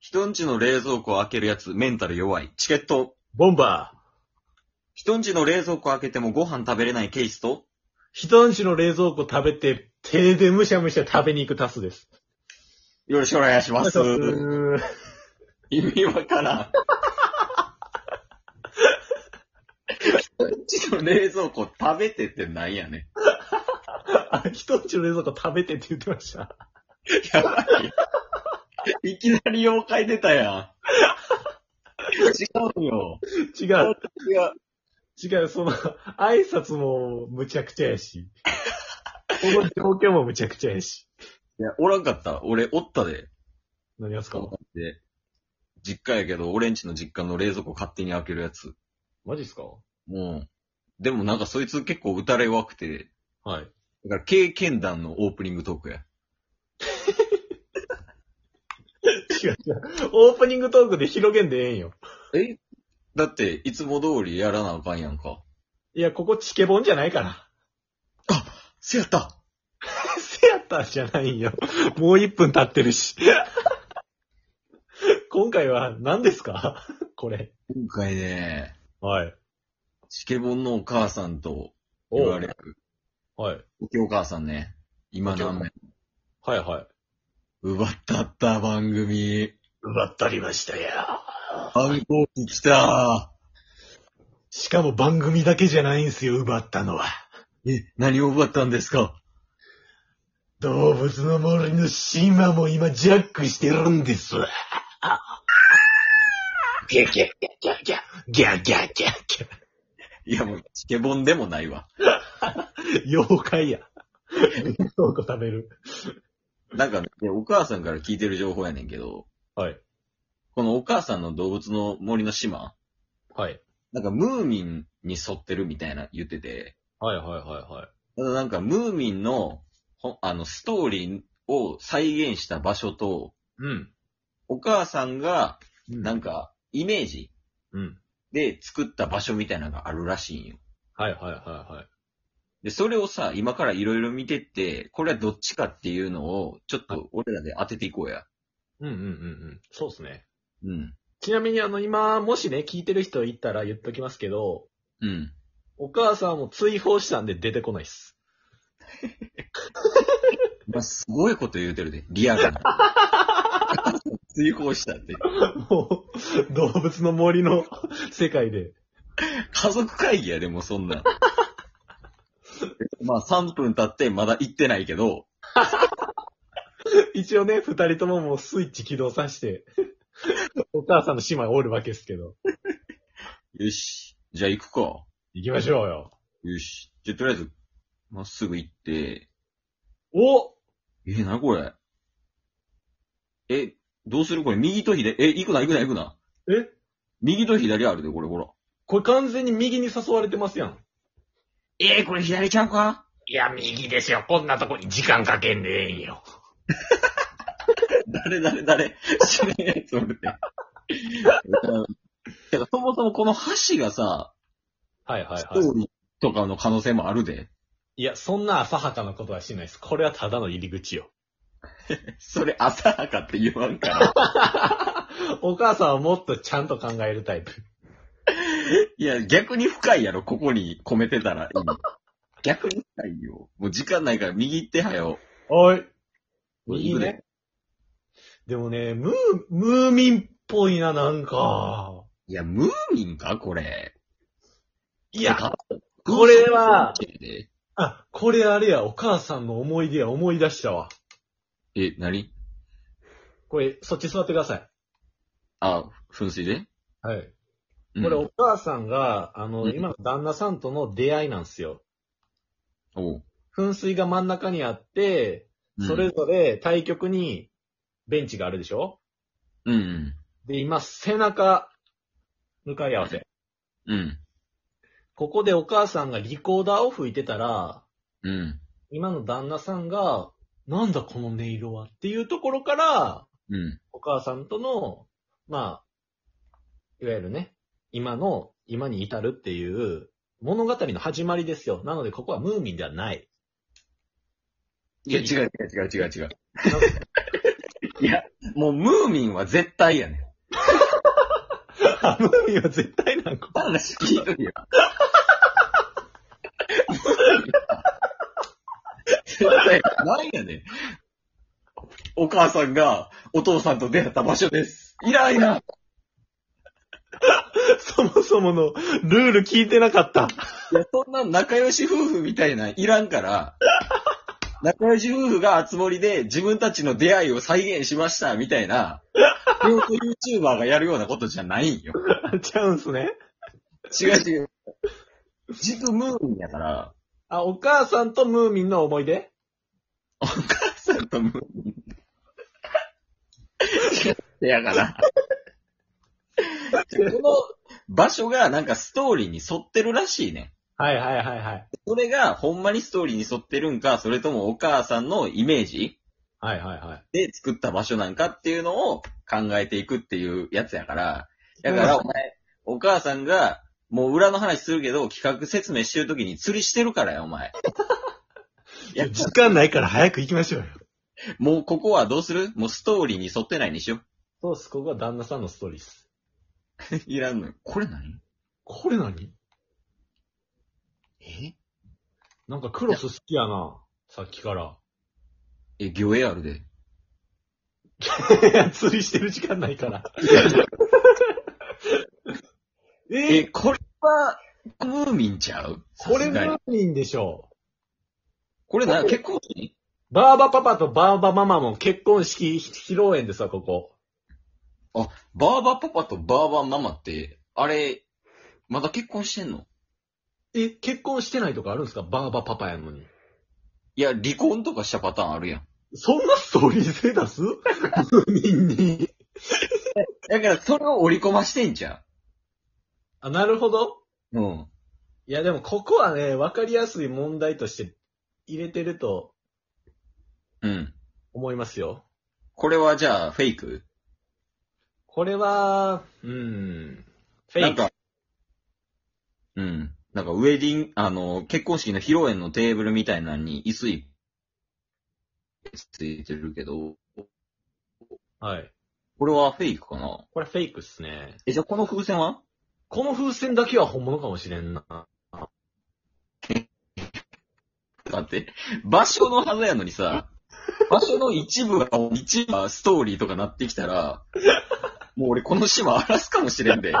人んちの冷蔵庫を開けるやつ、メンタル弱い。チケット。ボンバー。人んちの冷蔵庫開けてもご飯食べれないケースと、人んちの冷蔵庫食べて、手でむしゃむしゃ食べに行くタスです。よろしくお願いします。うーん 意味わからん。人んちの冷蔵庫食べてってなんやねあ人んちの冷蔵庫食べてって言ってました。ん。やばい。いきなり妖怪出たやん。違うよ。違う。いや、違う、その、挨拶もむちゃくちゃやし。この状況もむちゃくちゃやし。いやおらんかった。俺、おったで。何やつかで、実家やけど、俺んちの実家の冷蔵庫勝手に開けるやつ。マジっすかもう、でもなんかそいつ結構打たれ弱くて、はい。だから経験談のオープニングトークや。違う違う。オープニングトークで広げんでええんよ。えだって、いつも通りやらなあかんやんか。いや、ここチケボンじゃないから。せやったせやったんじゃないんよ。もう1分経ってるし。今回は何ですかこれ。今回ね、はい。チケボンのお母さんと言おわはれい。る。はいおきお母さんね。今何名はい。奪ったった番組。奪ったりましたよ。反抗期来たしかも番組だけじゃないんすよ、奪ったのは。え、何を奪ったんですか動物の森の島も今ジャックしてるんですわ。ギャギャギャギャギャギャギャギャギャいやもう、チケボンでもないわ。妖怪や。そうか食べる。なんか、ね、お母さんから聞いてる情報やねんけど、はい。このお母さんの動物の森の島、はい。なんかムーミンに沿ってるみたいな言ってて、はいはいはいはい。ただなんかムーミンの、ほあの、ストーリーを再現した場所と、うん。お母さんが、ななんか、イメージうん。で作った場所みたいなのがあるらしいんよ。はいはいはいはい。で、それをさ、今からいろいろ見てって、これはどっちかっていうのを、ちょっと俺らで当てていこうや。うんうんうんうん。そうですね。うん。ちなみにあの今、もしね、聞いてる人いたら言っときますけど、うん。お母さんも追放したんで出てこないっす。まあ、すごいこと言うてるで、リアルな。 追放したって。 もう、動物の森の 世界で。家族会議やでもうそんなん。 まあ3分経ってまだ行ってないけど、一応ね、二人とももうスイッチ起動させて、お母さんの姉妹おるわけですけど。よし、じゃあ行くか。行きましょうよ。よし。じゃあとりあえず、まっすぐ行って、おえー、なこれ。え、どうするこれ右と左、え、行くな行くな行くな。え右と左あるで、これほら。これ完全に右に誘われてますやん。えー、これ左ちゃうかいや、右ですよ。こんなとこに時間かけんでええんよ。 誰誰誰 知らんやつおるって。 うんてか、そもそもこの箸がさ、はいはいスはトい。ーリーとかの可能性もあるで。いや、そんな浅はかなことはしないです。これはただの入り口よ。それ、浅はかって言わん から。お母さんはもっとちゃんと考えるタイプ。いや、逆に深いやろ、ここに込めてた ら。今逆に深いよ。もう時間ないから右行ってはよ。おい。もう行いいくでね。。でもね、ムー、ムーミンっぽいな、なんか。いや、ムーミンかこれ。いいや、、これはえ、あ、これあれや、お母さんの思い出や、思い出したわ。え、何これ、そっち座ってください。あ、噴水ではい。うんこれ、お母さんが、あの、うん今の旦那さんとの出会いなんですよ。おう噴水が真ん中にあって、うんそれぞれ対局にベンチがあるでしょうんうん。で、今、背中、向かい合わせ。うん。ここでお母さんがリコーダーを吹いてたら、うん。今の旦那さんが、なんだこの音色はっていうところから、うん。お母さんとの、まあ、いわゆるね、今の、今に至るっていう物語の始まりですよ。なのでここはムーミンで はない。いや、違う違う違う違う違う。いや、もうムーミンは絶対やねん。あ、ムーミンは絶対なんか。話聞いとけよ。絶対ないやねん。 お母さんがお父さんと出会った場所です。いらんやん。そもそものルール聞いてなかった。いや、そんな仲良し夫婦みたいなんいらんから、仲良し夫婦が集まりで自分たちの出会いを再現しましたみたいな、病気 YouTuber がやるようなことじゃないんよ。ちゃうんすね。違う違う。軸ムーミンやから、あ、お母さんとムーミンの思い出お母さんとムーミン。いやから。この場所がなんかストーリーに沿ってるらしいねん。はいはいはいはい。それがほんまにストーリーに沿ってるんか、それともお母さんのイメージはいはいはい。で作った場所なんかっていうのを考えていくっていうやつやから。だからお前、お母さんが、もう裏の話するけど、企画説明してるときに釣りしてるからや、お前。いや、時間ないから早く行きましょうよ。もうここはどうするもうストーリーに沿ってないにしよそうです。ここが旦那さんのストーリーです。う。いらんのよ。これ何これ何えなんかクロス好きやな。さっきから。え、魚影あるで。 いや、釣りしてる時間ないから。ええ、これは、ムーミンちゃうこれムがーにミンでしょこれな、結婚式う。バーバパパとバーバママも結婚式披露宴ですわ、ここ。バーバパパとバーバママって、あれ、まだ結婚してんのえ、結婚してないとかあるんですかバーバパパやのに。いや、離婚とかしたパターンあるやん。そんなストーリー性出 すムーミンに。だから、それを織り込ましてんじゃあ、なるほど。ん。うん。いや、でもここはね、わかりやすい問題として入れてるとうん。思いますよ。これはじゃあ、フェイクこれは、うん、フなェイんク。か、うん。なんか、ウェディング、あの、結婚式の披露宴のテーブルみたいなのに椅子いついてるけど、はい。これはフェイクかなこれフェイクっすね。え、じゃあこの風船はこの風船だけは本物かもしれんな。だって、場所のはずやのにさ、場所の一部が、一部がストーリーとかなってきたら、もう俺この島荒らすかもしれんで。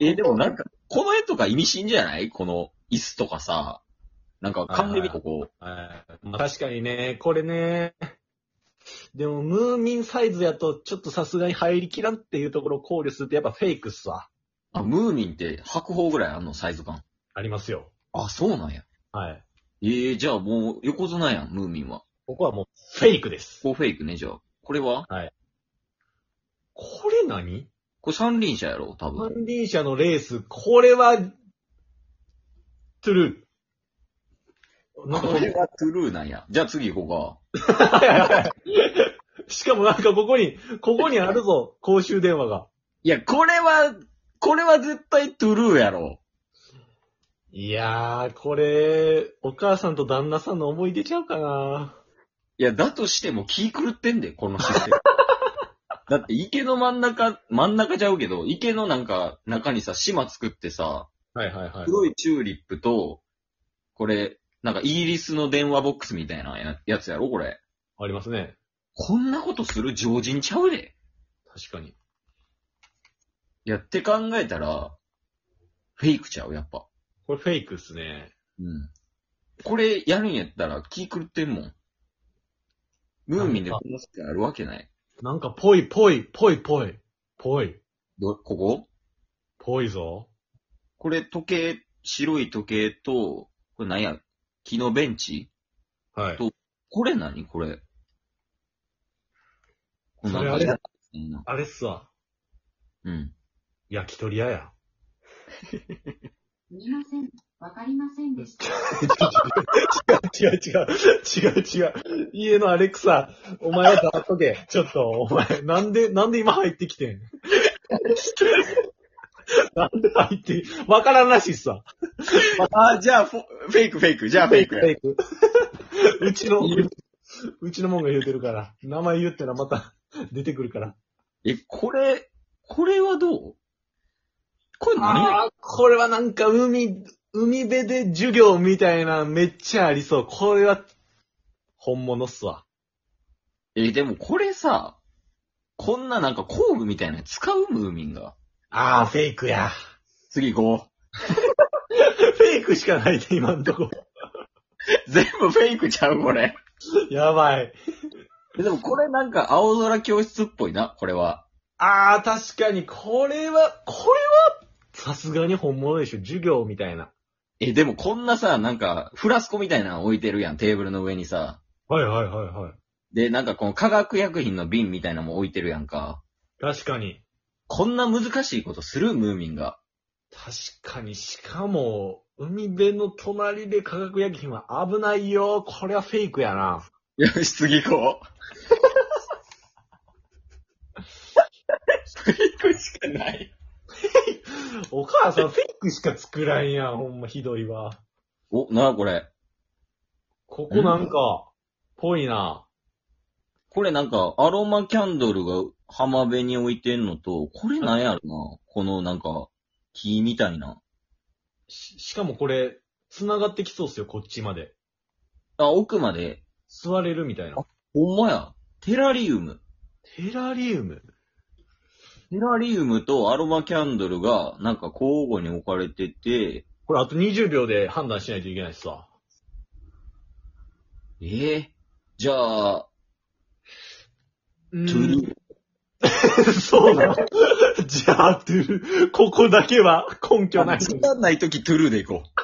え、でもなんか、この絵とか意味深じゃないこの椅子とかさ、なんか完全にここ、はいまあ、確かにね、これね。でも、ムーミンサイズやと、ちょっとさすがに入りきらんっていうところを考慮すると、やっぱフェイクっすわ。あ、ムーミンって白鵬ぐらいあんのサイズ感。ありますよ。あ、そうなんや。はい。えー、じゃあもう横綱やん、ムーミンは。ここはもう、フェイクです。こうフェイクね、じゃあ。これはこれ何これ三輪車やろ多分。三輪車のレース、これは、トゥルー。なんかこれはトゥルーなんや。じゃあ次行こしかもなんかここに、ここにあるぞ、公衆電話が。うか。いや、これは、これは絶対トゥルーやろ。いやー、これ、お母さんと旦那さんの思い出ちゃうかないや、だとしても気狂ってんで、このシステ ム。だって池の真ん中、真ん中ちゃうけど、池のなんか、中にさ、島作ってさ、はいはいはい。黒いチューリップと、これ、なんかイギリスの電話ボックスみたいなややつやろこれ。ありますね。こんなことする常人ちゃうで。確かに。やって考えたら、フェイクちゃう、やっぱ。これフェイクっすね。うん。これやるんやったら気狂ってんもん。ムーミンでこんな世界あるわけない。なんかぽいぽいぽいぽい。ぽい。ど、ここぽいぞ。これ時計、白い時計と、これ何や木のベンチはい。これ何これ。こんなそれあ感れじだうんあれっすわ。うん。焼き鳥屋や。見ません。わかりませんでした。 違う違う。違う違う。家のアレクサ、お前は黙っとけ。 ちょっと、お前、なんで、なんで今入ってきて んなんで入って、わからんらしいっすわ。あ、じゃあ、フォフェイクフェイク。じゃあフェイクや。フェイク。うちの、うちのもんが言うてるから、名前言ったらまた出てくるから。え、これ、これはどうこれ何ああ、これはなんか海、海辺で授業みたいなめっちゃありそう。これは、本物っすわ。え、でもこれさ、こんななんか工具みたいなの使うムーミンが。ああ、フェイクや。次行こ フェイクしかないで、今んとう。こ。全部フェイクちゃう、これ。やばい。えでもこれなんか青空教室っぽいな、これは。ああ、確かに、これは、これは、さすがに本物でしょ。授業みたいな。え、でもこんなさ、なんか、フラスコみたいなの置いてるやん、テーブルの上にさ。はいはいはいはい。で、なんかこの化学薬品の瓶みたいなのも置いてるやんか。確かに。こんな難しいことするムーミンが。確かに、しかも、海辺の隣で化学薬品は危ないよ。これはフェイクやな。よし、次行こう。フェイクしかない。お母さん、フェイクしか作らんやん。ほんま、ひどいわ。お、なあこれ。ここなんか、ぽいな。これなんか、アロマキャンドルが浜辺に置いてんのと、これなんやろな。このなんか、木みたいな。し、しかもこれ、繋がってきそうっすよ、こっちまで。あ、奥まで。座れるみたいな。ほんまや。テラリウム。テラリウムテラリウムとアロマキャンドルが、なんか交互に置かれてて、これあと20秒で判断しないといけないっすわ。えー、じゃあ、うトゥルん。 そうなの。じゃあ、トゥル、ここだけは根拠ない。時間ないときトゥルーで行こう。